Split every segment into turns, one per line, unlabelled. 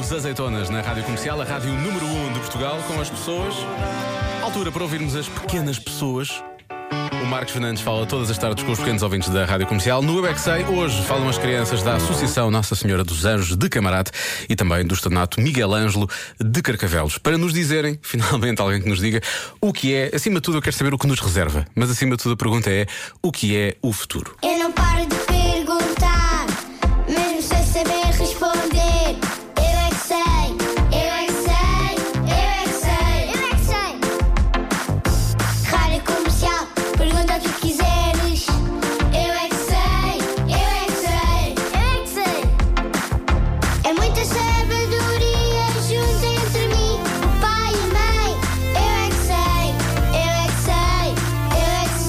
Os Azeitonas na Rádio Comercial, a rádio número 1 um de Portugal, com as pessoas. Altura para ouvirmos as pequenas pessoas. O Marcos Fernandes fala todas as tardes com os pequenos ouvintes da Rádio Comercial. No UBXA, hoje falam as crianças da Associação Nossa Senhora dos Anjos de Camarate e também do Estanato Miguel Ângelo de Carcavelos, para nos dizerem, finalmente, alguém que nos diga o que é, acima de tudo, eu quero saber o que nos reserva, mas acima de tudo, a pergunta é o que é o futuro?
Eu não paro de perguntar, mesmo sem saber responder. Eu é que sei, eu é que sei, eu é que sei, eu é que sei. Rádio comercial, pergunta o que quiseres. Eu é que sei, eu é que sei, eu é que sei. É muita sabedoria junto entre mim, o pai e a mãe. Eu é que sei, eu é que sei, eu é que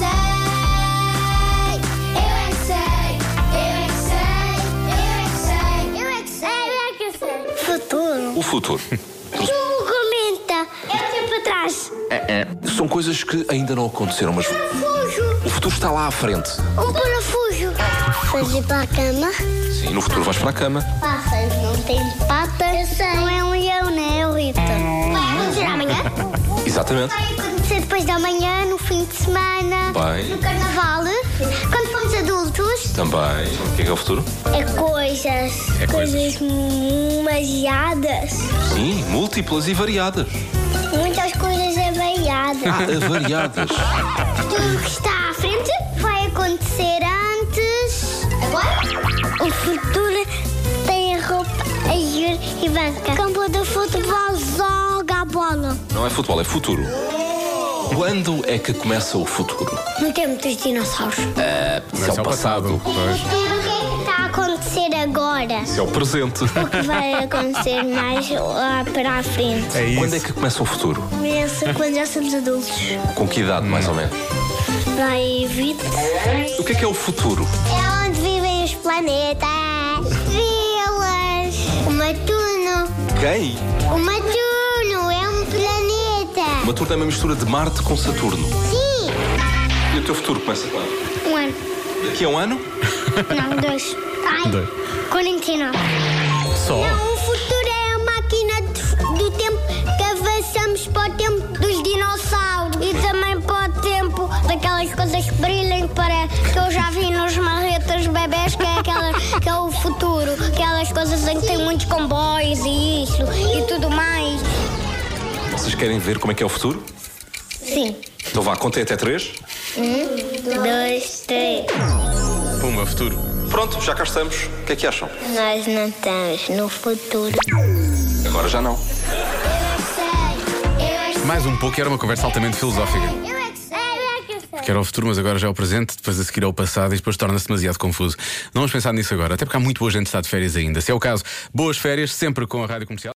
sei. Eu é que sei, eu é que sei, eu é que sei, eu é que sei, eu é que sei. Futuro.
O futuro.
Julgamento. É tempo atrás.
É, é. São coisas que ainda não aconteceram, mas
Fujo.
o futuro está lá à frente.
Um parafuso. Fazer para a cama.
Sim, no futuro vais para a cama.
Pássaro não tem patas. Eu sei. Não é um leão, né, Rita? Vai acontecer amanhã?
Exatamente.
Vai acontecer depois da manhã, no fim de semana.
Bem.
No carnaval. Quando formos adultos.
Também. O que é que é o futuro?
É coisas.
É coisas.
magiadas.
Sim, múltiplas e variadas.
Muitas coisas
Ah,
aveiadas.
Avariadas.
Tudo o que está à frente vai acontecer antes. Agora? O futuro tem a roupa azul e branca. Campo de futebol joga a bola.
Não é futebol, é futuro. Quando é que começa o futuro?
No tempo dos dinossauros.
Isso é o passado.
Pois.
O que é que está a acontecer agora?
Isso é o presente.
Que vai acontecer mais lá para a frente.
É
Quando
isso.
é que começa o futuro?
Começa quando já somos adultos.
Com que idade, mais ou
Hum.
menos?
Vai 20.
O que é que é o futuro?
É onde vivem os planetas, estrelas. O Matuno.
Quem?
O Matuno é um planeta.
Uma turma é uma mistura de Marte com Saturno.
Sim.
E o teu futuro começa quando?
Um ano.
Daqui a um ano?
Não, dois. Ai,
Dois.
49.
Só?
O futuro é a máquina de- do tempo que avançamos para o tempo dos dinossauros e também para o tempo daquelas coisas que brilham para que eu já vi nos marretas bebés, que é, aquela, que é o futuro, aquelas coisas em que tem muitos comboios e isso e tudo mais.
Vocês querem ver como é que é o futuro?
Sim.
Então vá, contei até três.
Dois, três.
Pumba, futuro.
Pronto, já cá estamos. O que é que acham?
Nós não estamos no futuro.
Agora já não.
Mais um pouco e era uma conversa altamente filosófica.
Eu é que sei, eu é que sei.
Que era o futuro, mas agora já é o presente, depois a seguir é o passado e depois torna-se demasiado confuso. Não vamos pensar nisso agora, até porque há muito boa gente que está de férias ainda. Se é o caso, boas férias, sempre com a Rádio Comercial.